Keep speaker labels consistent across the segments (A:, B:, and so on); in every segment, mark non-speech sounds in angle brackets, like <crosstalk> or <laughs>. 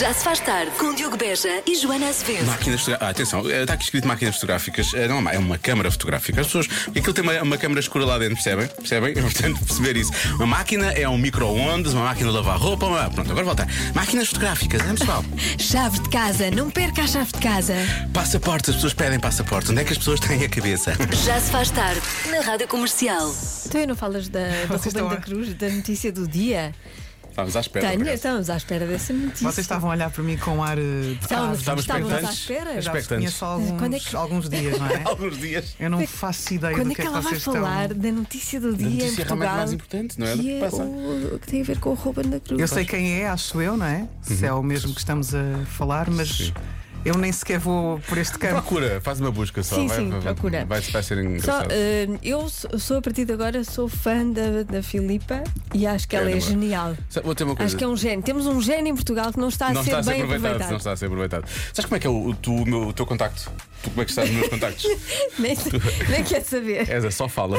A: Já se faz tarde com Diogo Beja e Joana Azevedo.
B: Máquinas fotográficas. Ah, atenção, eh, está aqui escrito máquinas fotográficas. Eh, Não é má- é uma câmara fotográfica. As pessoas. porque Aquilo tem uma, uma câmara escura lá dentro, percebem? Percebem? <laughs> É importante perceber isso. Uma máquina é um micro-ondas, uma máquina de lavar roupa. Uma... Pronto, agora voltar. Máquinas fotográficas, é pessoal.
A: Chave de casa, não perca a chave de casa.
B: Passaportes, as pessoas pedem passaportes. Onde é que as pessoas têm a cabeça?
A: Já se faz tarde na Rádio Comercial.
C: Então eu não falas da,
D: <laughs>
C: do
D: Vocês estão
C: Rubem da
D: a-
C: Cruz, da notícia do dia?
B: Estávamos à espera. por
C: Tenho,
B: acaso.
C: estamos à espera dessa notícia.
D: Vocês estavam a olhar para mim com ar eh, de
C: Estávamos-
D: paz.
B: Estávamos
C: estávamos à
B: expectantes.
C: espera.
D: Já vos
B: Expectantes.
D: conheço há alguns,
C: Quando é que-
D: alguns dias, não é?
B: Alguns dias.
D: Eu não faço ideia
C: Quando
D: do
C: é
D: que
C: que
D: é que
C: ela vai
D: vocês
C: falar
D: estão.
C: da notícia do
B: A
C: dia em
B: notícia realmente
C: Portugal?
B: mais importante, não é? Do
C: que
B: que
C: é
B: passa.
C: o, que tem a ver com o Ruben da Cruz.
D: Eu sei quem é, acho eu, não é?
B: Uhum.
D: Se é o mesmo que estamos a falar, mas eu nem sequer vou por este campo.
B: Procura, faz uma busca só.
C: Sim,
B: vai,
C: sim,
B: vai-
C: procura.
B: Vai, vai ser
C: Só,
B: é engraçado.
C: eh, eu sou, sou, a partir de agora sou fã da, da Filipa e acho que
B: É,
C: ela é
B: não é?
C: genial.
B: Só Vou ter uma coisa.
C: Acho que é um gênio. Temos um gênio em Portugal que não está a
B: não
C: ser
B: está a ser
C: bem
B: aproveitado,
C: aproveitado.
B: Não está a ser aproveitado. Sabes como é que é o, o tu- o meu- o teu contacto? Tu como é que estás nos meus
C: <laughs>
B: contactos?
C: nem, nem quer
B: <laughs>
C: saber.
B: Essa só
C: <laughs>
B: fala.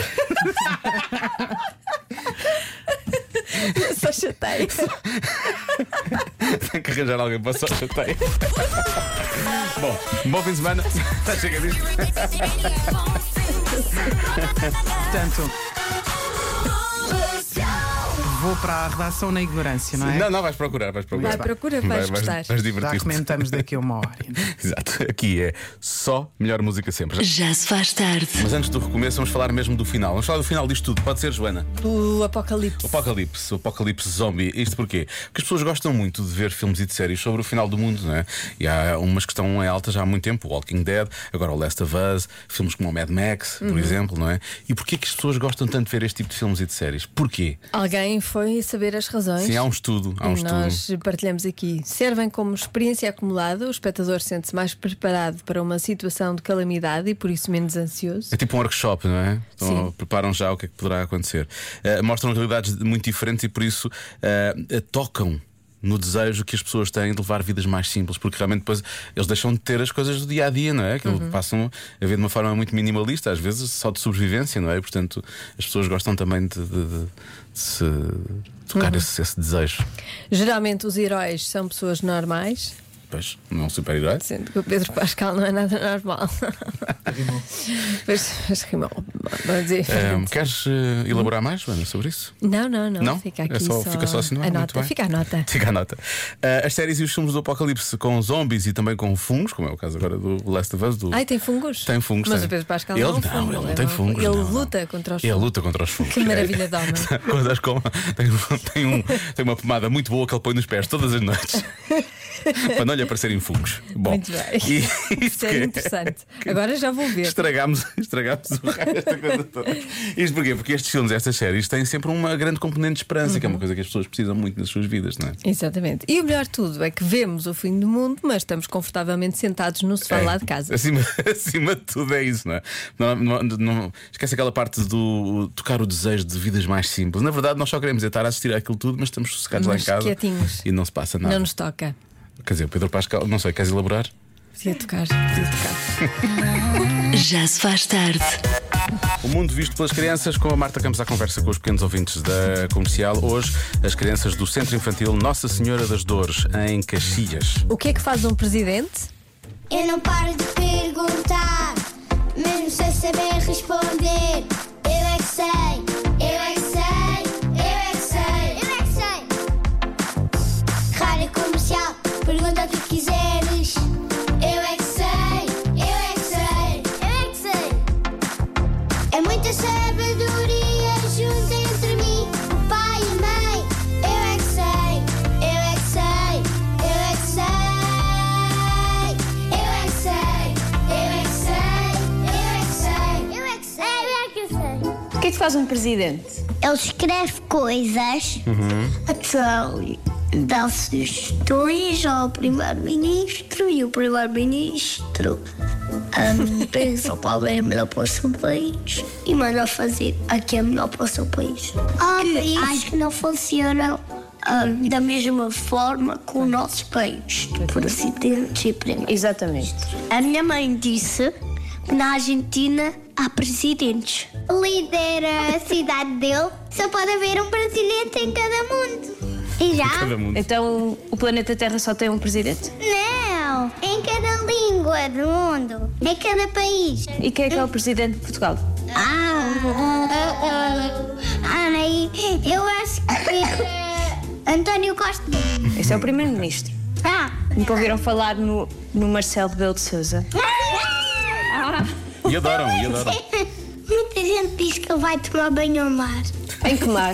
C: Só chatei.
B: Tem que arranjar alguém para só
C: <laughs>
B: chatear. Bom, bom fim de semana.
C: é?
B: Chega disso.
D: Portanto, vou para a redação na ignorância, não é?
B: Não, não, vais procurar, vais procurar.
C: Vai, procura, vais gostar.
B: Vais, vais
D: Já
B: divertir-te.
D: comentamos daqui a uma
B: <laughs>
D: hora. então.
B: Exato. Aqui é só melhor música sempre.
A: Já se faz tarde.
B: Mas antes do recomeço, vamos falar mesmo do final. Vamos falar do final disto tudo. Pode ser, Joana?
C: Do Apocalipse.
B: O Apocalipse, o Apocalipse Zombie. Isto porquê? Porque as pessoas gostam muito de ver filmes e de séries sobre o final do mundo, não é? E há umas que estão em alta já há muito tempo: o Walking Dead, agora o Last of Us, filmes como o Mad Max, por exemplo, não é? E porquê que as pessoas gostam tanto de ver este tipo de filmes e de séries? Porquê?
C: Alguém foi saber as razões.
B: Sim, há um estudo. Há um estudo.
C: Nós partilhamos aqui. Servem como experiência acumulada, o espectador sente-se mais preparado para uma situação de calamidade e por isso
B: <laughs>
C: menos ansioso.
B: É tipo um workshop, não é? Então,
C: Sim.
B: preparam já o que é que poderá acontecer. Eh, mostram realidades muito diferentes e por isso eh, eh, tocam no desejo que as pessoas têm de levar vidas mais simples, porque realmente depois eles deixam de ter as coisas do dia a dia, não é? Que passam a ver de uma forma muito minimalista, às vezes só de sobrevivência, não é? E, portanto, as pessoas gostam também de, de- de- de se tocar esse, esse desejo.
C: Geralmente os heróis são pessoas normais,
B: Pois, não é um super-herói?
C: sendo que o Pedro Pascal não é nada normal. <laughs> mas, mas rimou. Vamos dizer.
B: Eh, queres eh, elaborar mais, Joana, sobre isso?
C: Não, não, não,
B: Não?
C: Fica
B: É
C: aqui
B: só- fica só assim, não é?
C: a
B: Muito
C: nota,
B: bem.
C: fica a nota.
B: <laughs> Fica a nota. Ah, as séries e os filmes do Apocalipse com zombies e também com fungos, como é o caso agora do Last of Us. Do...
C: Ai, tem fungos?
B: Tem fungos,
C: Mas
B: tem.
C: o Pedro Pascal
B: Ele
C: não, é um
B: não,
C: fungo,
B: ele não
C: é
B: tem
C: um-
B: fungos,
C: Ele
B: não, não.
C: luta contra os
B: É a
C: fungos.
B: luta contra os fungos.
C: Que maravilha
B: <laughs>
C: de homem.
B: Quando as coma, tem, tem um- tem uma pomada muito boa que ele põe nos pés todas as
C: <laughs>
B: noites para não lhe aparecerem fungos. Bom,
C: Muito bem.
B: <laughs> E,
C: Isso é
B: <laughs>
C: interessante. Agora já vou ver.
B: Estragámos, estragámos o raio desta coisa toda. Isto porquê? Porque estes filmes, estas séries, têm sempre uma grande componente de esperança, que é uma
C: Uhum.
B: coisa que as pessoas precisam muito nas suas vidas, não é?
C: Exatamente. E o melhor de tudo é que vemos o fim do mundo, mas estamos confortavelmente sentados no sofá
B: É.
C: lá de casa.
B: Acima, <laughs> acima de tudo é isso, não é? Não, não- não- esquece aquela parte do tocar o desejo de vidas mais simples. Na verdade, nós só queremos é estar a assistir àquilo tudo, mas estamos sossegados lá em
C: Mas
B: casa
C: quietinhos.
B: e não se passa nada.
C: Não nos toca.
B: Quer dizer, o Pedro Pascal, não sei, queres elaborar?
C: Podia tocar, podia tocar.
A: Já se faz tarde.
B: O mundo visto pelas crianças, com a Marta Campos à conversa com os pequenos ouvintes da comercial. Hoje, as crianças do Centro Infantil Nossa Senhora das Dores, em Caxias.
C: O que é que faz um presidente?
E: Eu não paro de perguntar, mesmo sem saber responder. Eu é que sei, eu é que sei, eu é que sei, eu é que sei. Rádio comercial, pergunta o que quiseres. Eu é que sei, eu é que sei, eu é que sei. É muita sabedoria junta entre mim, o pai e a mãe. Eu é que sei, eu é que sei, eu é que sei. Eu é que sei, eu é que sei, eu é que sei, eu é que sei, eu é que sei.
F: O que é que faz um presidente?
E: Ele escreve coisas, então dá-se sugestões ao primeiro-ministro e o primeiro-ministro Hum, <laughs> ahm, pensa qual é melhor para o seu país e manda fazer a que é melhor para o seu país. Há países que não funcionam ahm, da mesma forma que o nosso país, por acidentes e prêmios.
F: Exatamente.
E: A minha mãe disse que na Argentina há presidentes. Lidera a cidade dele, só pode haver um presidente em cada mundo. E já?
B: Cada mundo.
F: Então o planeta Terra só tem um presidente?
E: Não! Em cada língua do mundo. Em cada país.
F: E quem é que é o presidente de Portugal?
E: Ah, Anaí, eu acho que é, eh, António Costa.
F: Esse é o primeiro-ministro.
E: Ah!
F: Nunca ouviram falar no, no Marcelo Rebelo de Souza?
B: E adoram, e adoram.
E: <laughs> Muita gente diz que ele vai tomar banho ao mar.
F: Em que mar?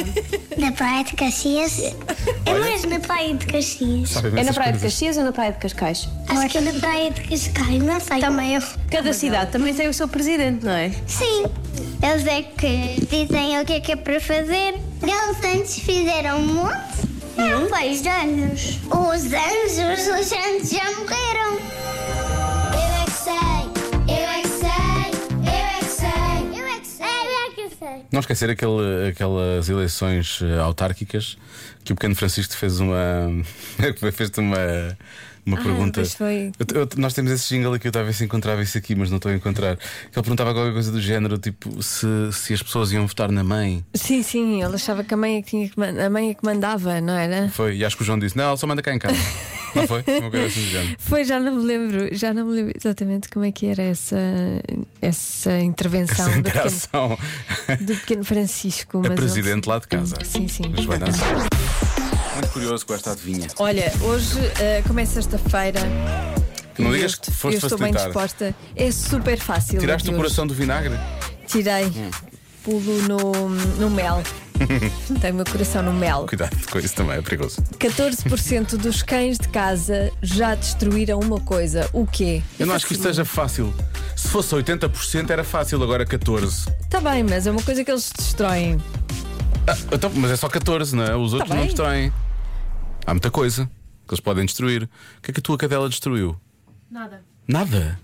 E: Na praia de Caxias. É mesmo na praia de Caxias.
B: Sabe
F: É na
B: imensas
F: Praia de
B: coisas.
F: Caxias ou na Praia de Cascais?
E: Acho que é na praia de Cascais, não sei. Também eu.
F: Cada cidade também tem o seu presidente, não é?
E: Sim. Eles é que dizem o que é que é para fazer. Eles antes fizeram um monte. Não vejo anjos. Os anjos, os anjos já morreram. Eu é que sei, eu é que sei, eu é que sei, eu é que sei, eu é que sei.
B: Não esquecer aquele- aquelas eleições eh, autárquicas que o pequeno Francisco fez uma. <laughs> fez uma. Uma
C: Ah,
B: pergunta.
C: pois foi.
B: Eu- eu- nós temos esse jingle aqui, eu estava a ver se encontrava isso aqui, mas não estou a encontrar. Que ele perguntava qualquer coisa do género, tipo, se, se as pessoas iam votar na mãe.
C: Sim, sim, ele achava que a mãe é que, tinha que man- a mãe é que mandava, não era?
B: Foi. E acho que o João disse: Não, ela só manda cá em
C: <laughs>
B: casa. não foi? Uma coisa assim do género.
C: Foi, já não me lembro, já não me lembro exatamente como é que era essa, essa intervenção
B: Essa
C: do, pequeno, <laughs>
B: interação.
C: do pequeno Francisco.
B: A
C: mas ele-
B: É presidente lá de casa.
C: Sim, sim.
B: Mas vai dançar. Muito curioso com esta adivinha.
C: Olha, hoje eh, começa sexta-feira.
B: Não
C: E
B: digas
C: eu-
B: que foste
C: Eu estou bem
B: facilitar.
C: disposta. É super fácil.
B: Tiraste o
C: Diogo.
B: coração do vinagre?
C: Tirei.
B: Hum.
C: Pulo no,
B: <laughs>
C: no mel. Tenho o meu coração no mel.
B: Cuidado com isso também, é perigoso.
C: 14% dos cães de casa já destruíram uma coisa. O quê?
B: Eu não acho que isto seja fácil. Se fosse 80% era fácil, agora 14%.
C: Está bem, mas é uma coisa que eles destroem.
B: Ah, então, mas é só 14, não é? Os outros não
C: Tá bem.
B: destroem. Há muita coisa que eles podem destruir. O que é que a tua cadela destruiu? Nada. Nada?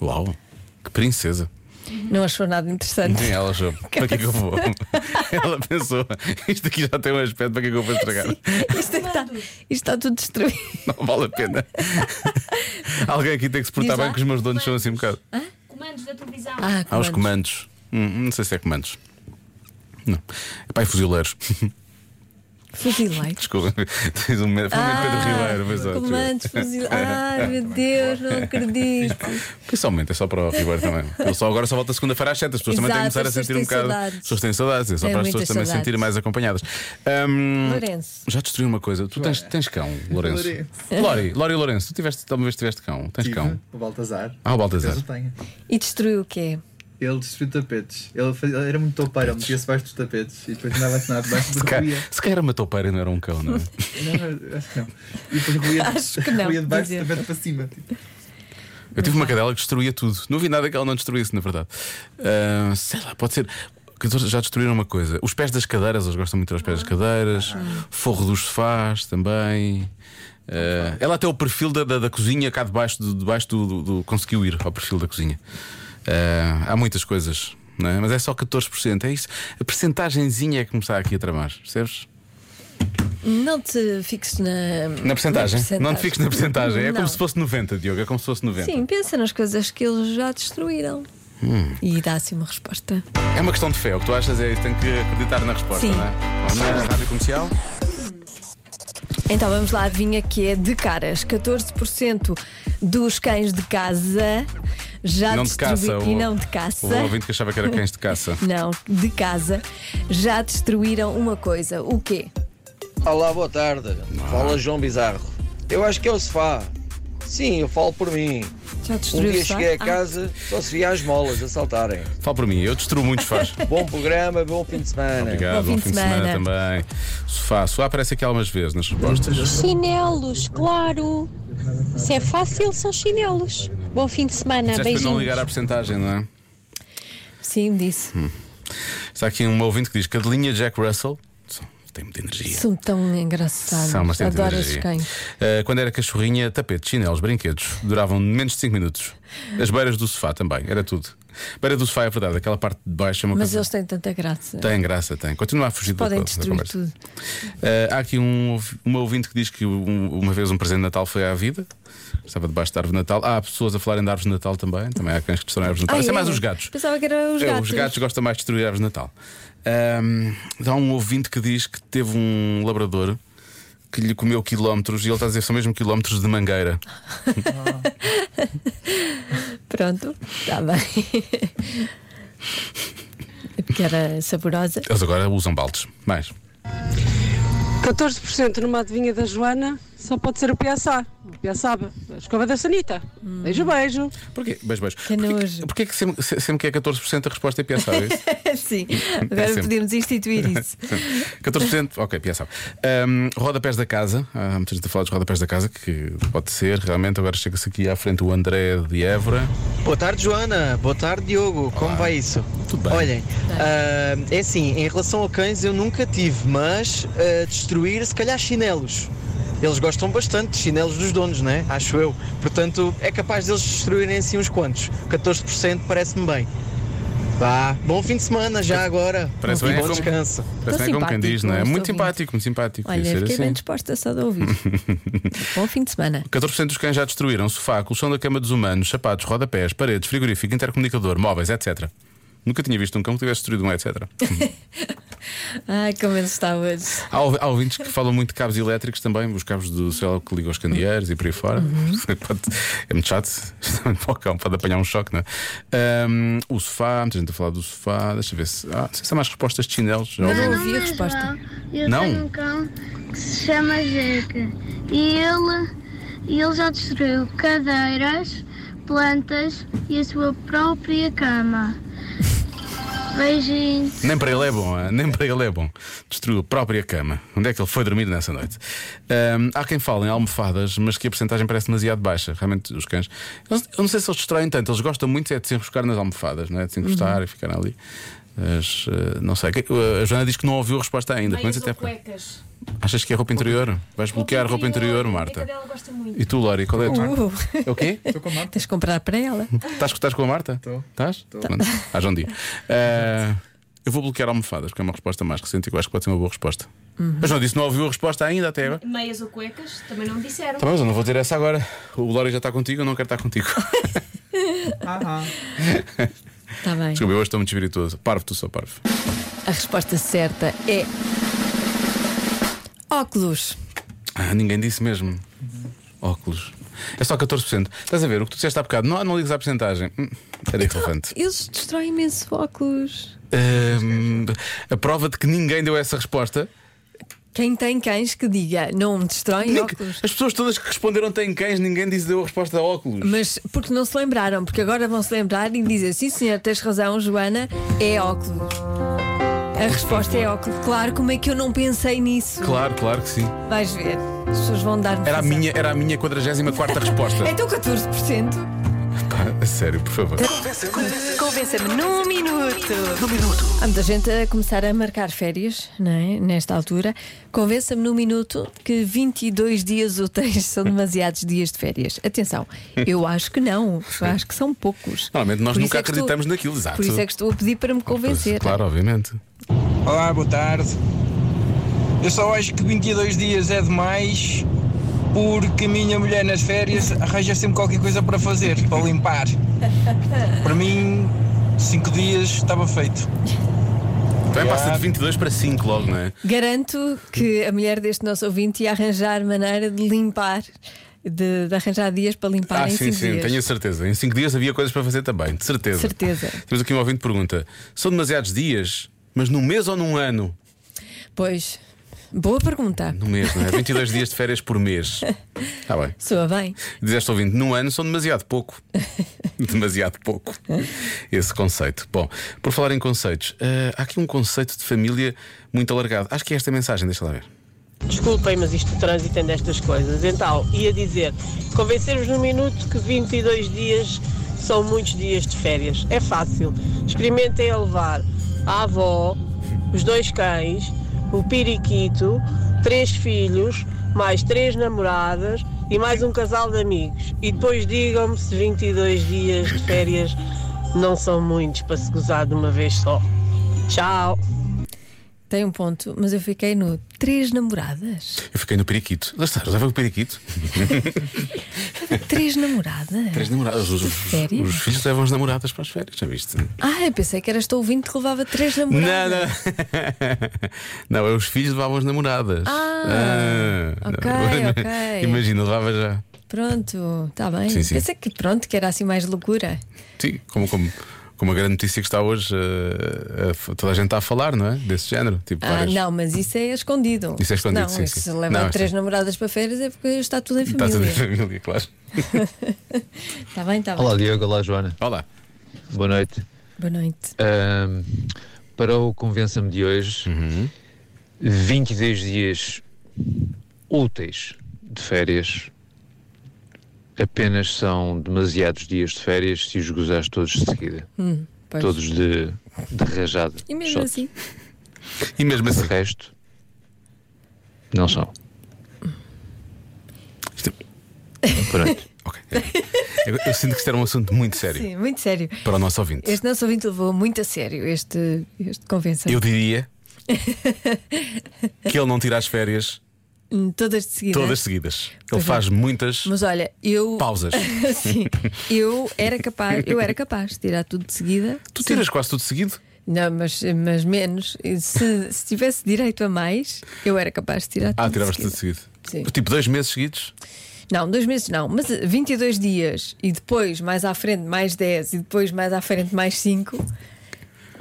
B: Uau, que princesa.
C: Não achou nada interessante.
B: Nem ela achou. Para que é que eu vou? ela pensou, isto aqui já tem um aspecto, para que é que eu vou estragar?
C: <laughs> Isto está, isto está tudo destruído.
B: Não vale a
C: <laughs>
B: pena. Alguém aqui tem que se portar
C: Diz lá.
B: bem, que os meus donos são assim um bocado.
F: Comandos da televisão.
C: Ah,
B: Há os
C: comandos.
B: comandos. Hum, não sei se é comandos. Não. Pai fuzileiros. <laughs>
C: Fuzileiros.
B: Desculpa. <laughs> Tens um momento. Foi um momento Pedro Ribeiro, mas olha,
C: Ah, comandos,
B: desculpa. <laughs>
C: fuzileiros. Ai meu Deus, não acredito.
B: Principalmente, é só para o Ribeiro também. Ele só agora só volta segunda-feira às 7. As pessoas também têm que
C: Exato,
B: começar a
C: as pessoas
B: sentir um
C: têm
B: bocado.
C: saudades.
B: As pessoas têm saudades, é só
C: Têm
B: para as pessoas
C: muitas
B: também se
C: saudades.
B: sentirem mais acompanhadas. Hum,
C: Lourenço.
B: já destruí uma coisa. Tu tens, tens cão, Lourenço. Lori, Lori Lourenço, tu tiveste, alguma vez tiveste cão? Tens
G: Tive um
B: cão?
G: O Baltazar.
B: Ah, o Baltazar.
G: Eu não tenho.
C: E destruiu o quê?
G: Ele destruiu tapetes. Ele, fazia- ele era muito toupeiro, ele metia-se debaixo dos tapetes e depois andava assim lá debaixo
H: <laughs>
B: Se
G: do
B: calhar,
G: ruía.
B: se calhar era uma toupeira e não era um cão, não é?
G: Não, acho que não. E
C: <laughs>
G: depois ruía, <laughs>
C: Acho que não,
G: ruía debaixo
C: dizia.
G: do tapete para cima. Tipo,
B: Eu tive uma cadela que destruía tudo. Não vi nada que ela não destruísse, na verdade. Ah, sei lá, pode ser. que todos Já destruíram uma coisa. Os pés das cadeiras, eles gostam muito de tirar os pés das cadeiras. Forro dos sofás também. Ah, ela até o perfil da, da, da cozinha cá debaixo, do, debaixo do, do- do- conseguiu ir ao perfil da cozinha. Ah, há muitas coisas, não é? mas é só 14%. É isso. A percentagenzinha é que começar aqui a tramar, percebes?
C: Não te fixes na.
B: Na percentagem. Não te fiques na percentagem. É
C: Não.
B: como se fosse 90, Diogo. É como se fosse 90.
C: Sim, pensa nas coisas que eles já destruíram.
B: Hum.
C: E dá-se uma resposta.
B: É uma questão de fé, o que tu achas é isso, tem que acreditar na resposta,
C: Sim.
B: não é? Vamos na rádio comercial?
C: Então vamos lá, adivinha que é de caras. 14% dos cães de casa já
B: não de
C: destruíram.
B: caça.
C: E
B: o-
C: não de caça.
B: O ouvinte que achava que era cães de
C: <laughs>
B: caça.
C: Não, de casa já destruíram uma coisa. O quê?
I: Olá, boa tarde. Fala João Bizarro. Eu acho que é o sofá. Sim, eu falo por mim.
C: Já
I: Um
C: destruíram
I: dia
J: Ah.
I: cheguei a casa, só se via as molas a saltarem.
B: Fala por mim, eu destruo muitos
C: <laughs>
B: faz.
I: Bom programa, bom fim de semana.
B: Obrigado, bom fim de semana, também. Sofá, sofá aparece aqui algumas vezes nas respostas.
K: Chinelos, claro. Se é fácil, são chinelos. Bom fim de semana,
B: Dizeste para
K: beijinhos.
B: não ligar à porcentagem, não é?
C: Ah, Sim, disse.
B: Hum. Está aqui um ouvinte que diz: Cadelinha Jack Russell. Tem muita energia.
C: São tão engraçados.
B: São, mas tem muita
C: Tá, Adoro os
B: energia.
C: cães.
B: Ah, quando era cachorrinha, tapetes, chinelos, brinquedos duravam menos de 5 minutos. As beiras do sofá também, era tudo. Beira do sofá é verdade, aquela parte de baixo é uma
C: Mas
B: coisa.
C: eles têm tanta graça.
B: Tem graça, tem. Continua a fugir da
C: Podem
B: co- da
C: destruir
B: conversa.
C: tudo.
B: Eh, há aqui um, ouvi- uma ouvinte que diz que um- uma vez um presente de Natal foi à vida. Estava debaixo da árvore de Natal. há pessoas a falarem de árvores de Natal também. Também há cães que destroem árvores de Natal.
C: Ai,
B: Isso é
C: ai,
B: mais
C: ai.
B: os gatos.
C: Pensava que eram os
B: É,
C: gatos.
B: Os gatos gostam mais de destruir árvores de Natal. Ahm, há um ouvinte que diz que teve um labrador que lhe comeu quilómetros e ele está a dizer que são mesmo quilómetros de mangueira.
C: Pronto, está Tá bem. É Porque era saborosa.
B: Eles agora usam baldes. Mais.
J: 14% numa adivinha da Joana só pode ser o PSA. O PSA, a escova da Sanita. Beijo, beijo.
B: Porquê? Beijo, beijo.
C: Que nojo.
B: Porquê, porquê que sempre, se- sempre que é 14% a resposta é pensar? É
C: <laughs>
B: isso?
C: Sim,
B: É
C: agora
B: sempre.
C: podíamos instituir isso.
B: 14%, ok, pensava. Um, rodapés da casa, há muita gente a falar dos rodapés da casa, que pode ser realmente. Agora chega-se aqui à frente o André de Évora.
I: Boa tarde, Joana. Boa tarde, Diogo. Como vai isso?
B: Tudo bem.
I: Olhem, ah, é assim, em relação a cães eu nunca tive, mas ah, destruir se calhar chinelos. Eles gostam bastante de chinelos dos donos, né? Acho eu. Portanto, é capaz deles destruírem assim uns quantos. 14% parece-me bem. Vá, bom fim de semana já agora.
B: Parece
I: e
B: bem
I: bom
B: como-
I: descanso.
B: Parece bem como quem
C: simpático,
B: diz, não é?
C: estou
B: Muito
C: ouvindo.
B: simpático, muito simpático.
C: Olha,
B: devia ser
C: fiquei
B: assim.
C: bem disposta só de ouvir. Bom fim de semana.
B: 14% dos cães já destruíram sofá, colchão da cama dos humanos, sapatos, rodapés, paredes, frigorífico, intercomunicador, móveis, etc. Nunca tinha visto um cão que tivesse destruído um, etc.
C: Ai, como ele está hoje.
B: Há, ouv- há ouvintes que falam muito de cabos elétricos também, os cabos do céu que ligam os candeeiros e por aí fora. <laughs> Pode- é muito chato, <laughs> justamente para o cão, pode apanhar um choque, não é? Ahm, o sofá, muita gente a falar do sofá, deixa eu ver se. Ah, não sei se há mais respostas de chinelos. Já
C: Eu
B: ouvi.
C: não ouvi a resposta.
E: é, Eu
B: Não?
E: tenho um cão que se chama Jeca e ele, ele já destruiu cadeiras, plantas e a sua própria cama. Beijinho.
B: Nem para ele é bom, ah, nem para ele é bom. Destruiu a própria cama. Onde é que ele foi dormir nessa noite? Ahm, há quem fale em almofadas, mas que a porcentagem parece demasiado baixa. Realmente, os cães. eles- Eu não sei se eles destroem tanto, eles gostam muito é de se enroscar nas almofadas, não é? de se encostar e ficar ali. Mas, ah, não sei. Que- A Joana diz que não ouviu a resposta ainda. pelo menos até porque-
F: cuecas.
B: Achas que é roupa interior? Vais bloquear roupa interior,
F: A
B: Marta.
F: cadela gosta muito.
B: E tu, Lori, qual é a tua?
C: Uh,
B: É o <laughs> quê?
G: Estou com a Marta.
C: tens de comprar para ela.
B: Estás, estás com a Marta?
G: Estou.
B: Estás?
C: <laughs>
B: Pronto. Haja um dia. Ah, eu vou bloquear almofadas, porque é uma resposta mais recente e que eu acho que pode ser uma boa resposta.
C: Uhum.
B: Mas não disse, não ouviu a resposta ainda até agora.
F: Meias ou cuecas também não disseram.
B: Tá bem, mas eu não vou ter essa agora. O Lori já está contigo, eu não quero estar
C: <laughs>
B: contigo.
G: Ah, ah.
C: Está Tá bem.
B: Desculpa, eu hoje estou muito espirituoso. Parvo, tu sou parvo.
C: A resposta certa é. Óculos.
B: Ah, ninguém disse mesmo. Óculos. É só 14%. Estás a ver? O que tu disseste há bocado, não, não ligues à porcentagem. Hum, era
C: Então.
B: irrelevante.
C: Eles destroem imenso óculos.
B: Ahm, Ehm, a prova de que ninguém deu essa resposta.
C: Quem tem cães que diga não me destroem
B: Nem que-
C: óculos.
B: As pessoas todas que responderam têm cães, ninguém disse deu a resposta a óculos.
C: Mas porque não se lembraram, porque agora vão se lembrar e dizer sim, senhor, tens razão, Joana, é óculos. A resposta é óculos. Claro, como é que eu não pensei nisso?
B: Claro, claro que sim.
C: Vais ver. As pessoas vão dar-me.
B: Era a
C: razão.
B: minha, era a minha 44 resposta.
C: Então 14%.
B: Pá, a sério, por favor.
C: Convença-me num minuto. Num minuto. Há muita gente a começar a marcar férias, não é? Nesta altura. Convença-me num minuto que 22 dias úteis são demasiados dias de férias. Atenção, eu acho que não. Eu acho que são poucos.
B: Normalmente nós
C: Por isso
B: nunca
C: é que estou-
B: acreditamos naquilo, exato. Ah,
C: Por isso é que estou a pedir para me convencer.
B: Claro, obviamente.
L: Olá, boa tarde. Eu só acho que 22 dias é demais porque a minha mulher nas férias arranja sempre qualquer coisa para fazer, para limpar. Para mim, 5 dias estava feito.
B: Também Então é passa de 22 para 5 logo, não é?
C: Garanto que a mulher deste nosso ouvinte ia arranjar maneira de limpar, de, de arranjar dias para limpar
B: ah,
C: em
B: sim,
C: cinco
B: sim,
C: dias.
B: tenho a certeza. Em 5 dias havia coisas para fazer também, de certeza.
C: Certeza.
B: Temos aqui um ouvinte que pergunta: são demasiados dias, mas num mês ou num ano?
C: Pois, boa pergunta.
B: Num mês, não é? 22 dias de férias por
C: <laughs>
B: mês. Está bem.
C: Soa bem.
B: Diz esta ouvinte, num ano são demasiado
C: <laughs>
B: pouco. demasiado pouco. Esse conceito. Bom, por falar em conceitos, eh, há aqui um conceito de família muito alargado. Acho que é esta a mensagem, deixa lá ver.
M: Desculpem, mas isto trânsito tem destas coisas. Então, ia dizer, convencer-vos num minuto que 22 dias são muitos dias de férias. É fácil. Experimentem a levar a avó, os dois cães, o periquito, três filhos, mais três namoradas e mais um casal de amigos. E depois digam-me se 22 dias de férias não são muitos para se gozar de uma vez só. Tchau!
C: Tem um ponto, mas eu fiquei no três namoradas.
B: Eu fiquei no periquito. Lá está, usava o periquito.
C: Três namoradas.
B: <laughs> Três namoradas. Os, os-
C: Sério?
B: os filhos levam as namoradas para as férias, já viste?
C: Ah, eu pensei que eras teu ouvinte que levava três namoradas.
B: Não, <laughs> não. não, é os filhos levavam as namoradas.
C: Ah,
B: Ah,
C: ok,
B: não.
C: ok.
B: <laughs> Imagina, levava já.
C: Pronto, está bem.
B: Sim, sim.
C: Pensei que pronto, que era assim mais loucura.
B: Sim, como, como, como a grande notícia que está hoje, eh, a- toda a gente está a falar, não é? Desse género. Tipo,
C: Ah,
B: várias-
C: não, mas isso é escondido.
B: Isso é escondido,
C: Não,
B: sim,
C: se
B: sim.
C: levam
B: Não,
C: três namoradas para férias é porque está tudo em
B: Está tudo em
C: família.
B: família, claro.
C: Está bem, está bem.
H: Olá Diogo, olá Joana.
B: Olá.
H: Boa noite.
C: Boa noite.
H: Ahm, para o Convença-me de hoje, 22 dias úteis de férias. Apenas são demasiados dias de férias se os gozares todos de seguida.
C: Hum, pois.
H: Todos de, de rajada.
C: E mesmo
H: Só-
C: assim,
B: E mesmo assim.
H: O resto, não são.
B: Pronto. é- ok. Eu, eu sinto que isto era um assunto muito sério
C: sim, muito sério.
B: para o nosso ouvinte.
C: Este nosso ouvinte levou muito a sério este, este convenção.
B: Eu diria que ele não tira as férias
C: Hum, Todas de seguida.
B: todas seguidas. Ele
C: Pois é.
B: faz muitas
C: Mas olha, eu.
B: pausas.
C: <laughs> Sim, eu era capaz, eu era capaz de tirar tudo de seguida.
B: Tu
C: Sim.
B: tiras quase tudo seguido?
C: Não, mas, mas menos. Se, se tivesse direito a mais, eu era capaz de tirar tudo.
B: Ah,
C: de
B: tiravas tudo
C: seguida.
B: seguido.
C: Sim.
B: Tipo, dois meses seguidos?
C: Não, dois meses não, mas eh, 22 dias e depois mais à frente mais 10 e depois mais à frente mais 5.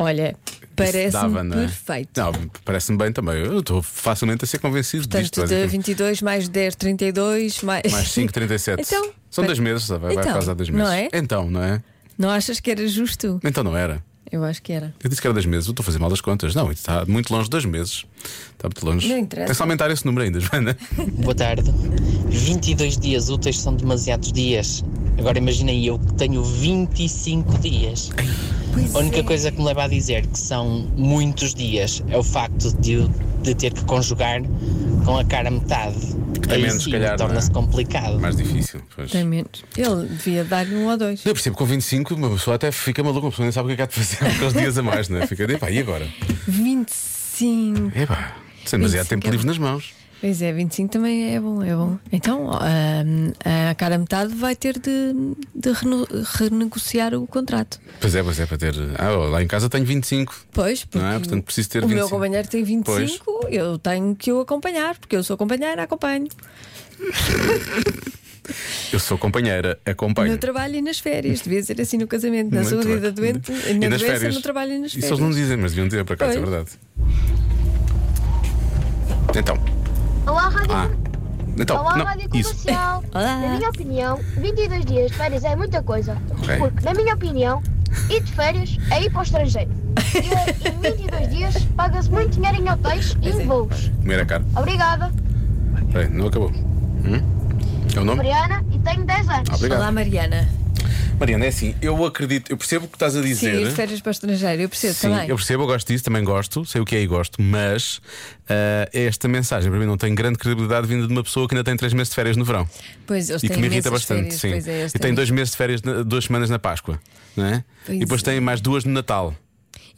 C: Olha,
B: Isso
C: parece
B: dava, não é?
C: perfeito.
B: Não, parece-me bem também. Eu estou facilmente a ser convencido disto.
C: Portanto, de 22 mais 10, 32, mais.
B: Mais
C: <laughs>
B: 5, 37.
C: Então,
B: São
C: pera-
B: dois meses, tá, vai, vai
C: Então,
B: quase há dois
C: não
B: meses.
C: é?
B: Então, não é?
C: Não achas que era justo?
B: Então não era.
C: Eu acho que era.
B: Eu disse que era dois meses, eu estou a fazer mal das contas. Não, isso está muito longe de dois meses. Está muito longe.
N: Não interessa.
B: Tem-se aumentar esse número ainda, <laughs> Joana.
N: Boa tarde. 22 dias úteis são demasiados dias. Agora imaginem eu que tenho 25 dias. a única coisa que me leva a dizer que são muitos dias é o facto de, eu- de ter que conjugar com a cara metade.
B: tem
N: Aí
B: menos, se
N: sim,
B: calhar, não é?
N: torna-se complicado.
B: Mais difícil, pois.
C: Tem menos. Ele devia dar-lhe um ou dois.
B: Eu percebo, com 25, uma pessoa até fica maluca, uma pessoa nem sabe o que é que há de fazer aqueles dias a mais, não é? Fica, epá, e agora?
C: 25.
B: Epá, sem demasiado
C: 25
B: tempo
C: é
B: livre
C: bom.
B: nas mãos.
C: Pois é, 25 também é bom, é bom. Então, ahm, a cara metade vai ter de, de reno- renegociar o contrato.
B: Pois é, pois é, para ter. Ah, lá em casa tenho 25.
C: Pois, porque
B: Não é? Portanto, preciso ter
C: o
B: 25.
C: meu companheiro tem 25, eu tenho que o acompanhar, porque eu sou companheira, acompanho
B: Eu sou companheira, acompanho.
C: no trabalho e nas férias. Devia ser assim no casamento, na
B: Muito
C: saúde e
B: bem.
C: da doente, na
B: E
C: doença,
B: nas férias.
C: no trabalho e nas
B: Isso
C: férias.
B: eles não dizem, mas deviam dizer para cá, é
C: Pois.
B: verdade. Então,
O: Olá, Rádio
B: ah. Então,
O: Olá,
B: não,
O: Rádio
B: isso.
C: <laughs>
O: Comercial. Na minha opinião, 22 dias de férias é muita coisa.
B: Ok.
O: Porque, na minha opinião, ir de férias é ir para o estrangeiro. E é em 22 dias paga-se muito dinheiro em hotéis e
B: é.
O: em voos.
B: Comer a cara.
O: Obrigada.
B: Espera aí, não acabou. Hum? É o nome?
O: Mariana e tenho 10 anos.
B: Ah, obrigado. Olá,
C: Mariana.
B: Mariana, é assim, eu acredito, eu percebo o que estás a
C: Sim,
B: dizer.
C: ir de férias para o estrangeiro, eu percebo
B: é? Sim,
C: também.
B: eu percebo, eu gosto disso, também gosto, sei o que é e gosto, mas ah, esta mensagem para mim não tem grande credibilidade vinda de uma pessoa que ainda tem três meses de férias no verão.
C: Pois, eles
B: e
C: têm
B: que me irrita
C: imensas
B: bastante,
C: férias,
B: sim.
C: pois é, eles
B: e
C: têm
B: tem dois meses de férias, na- duas semanas na Páscoa, não é?
C: Pois
B: e depois tem mais duas no Natal.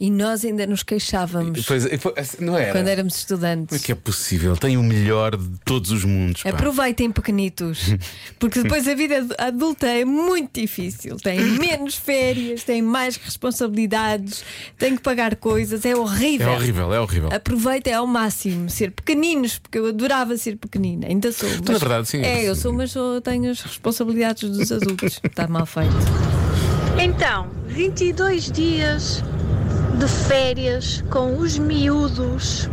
C: E nós ainda nos queixávamos
B: Pois, é, foi- assim, não era?
C: quando éramos estudantes.
B: Como é que é possível? Tem o melhor de todos os mundos. pá.
C: É Aproveitem pequenitos,
B: <laughs>
C: porque depois a vida ad- adulta é muito difícil. Tem menos férias, tem mais responsabilidades, tem que pagar coisas, é
B: É
C: horrível.
B: horrível, é horrível.
C: Aproveitem ao máximo ser pequeninos, porque eu adorava ser pequenina, ainda sou. mas-
B: na verdade, sim.
C: É, eu sou, mas só tenho as responsabilidades
B: <laughs>
C: dos adultos. Está mal feito.
P: Então, 22 dias de férias com os miúdos,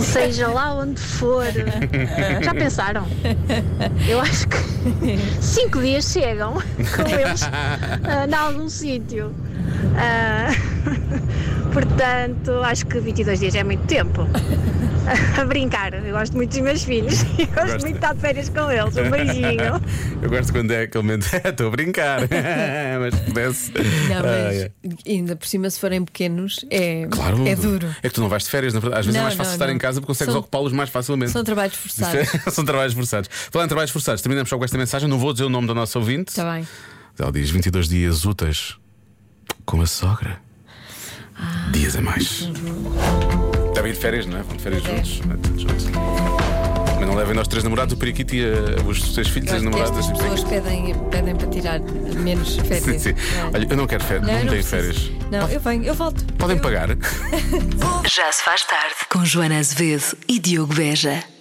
P: seja lá onde for. Já pensaram? Eu acho que 5 dias chegam com eles ah, em algum sítio. Ah, portanto, acho que 22 dias é muito tempo. A brincar, eu gosto muito dos meus filhos <laughs> e gosto
B: Gosta.
P: muito de estar de férias com eles. Um beijinho.
B: <laughs> eu gosto quando é aquele momento. <laughs> Estou a brincar. mas se pudesse.
C: Não,
B: Ah,
C: mas
B: é.
C: ainda por cima, se forem pequenos, é,
B: Claro,
C: é duro.
B: É que tu não vais de férias, na verdade. Às vezes
C: Não,
B: é mais fácil
C: não,
B: estar
C: não.
B: em casa porque consegues
C: São-
B: ocupá-los mais facilmente.
C: São trabalhos
B: é
C: forçados.
B: <laughs> São trabalhos forçados. Falando em trabalhos forçados, terminamos só com esta mensagem. Não vou dizer o nome da nossa ouvinte.
C: Está
B: <laughs>
C: Tá bem.
B: Ela diz 22 dias
C: Ah. Uhum.
B: úteis com a sogra. Dias a mais. Devem ir de férias, não é? Vão de férias juntos. Portanto, juntos. Mas não levem nós três namorados, o periquito e eh, os seus filhos,
C: Eu
B: as
C: acho que
B: namoradas.
C: estas
B: e-
C: pessoas pedem, pedem para tirar menos férias.
B: tipo Sim, sim. Olha, eu não quero férias,
C: Não,
B: não,
C: eu não
B: tenho
C: preciso.
B: férias.
C: Não, eu venho, eu volto.
B: Podem pagar.
A: Já se faz tarde. Com Joana Azevedo e Diogo Beja.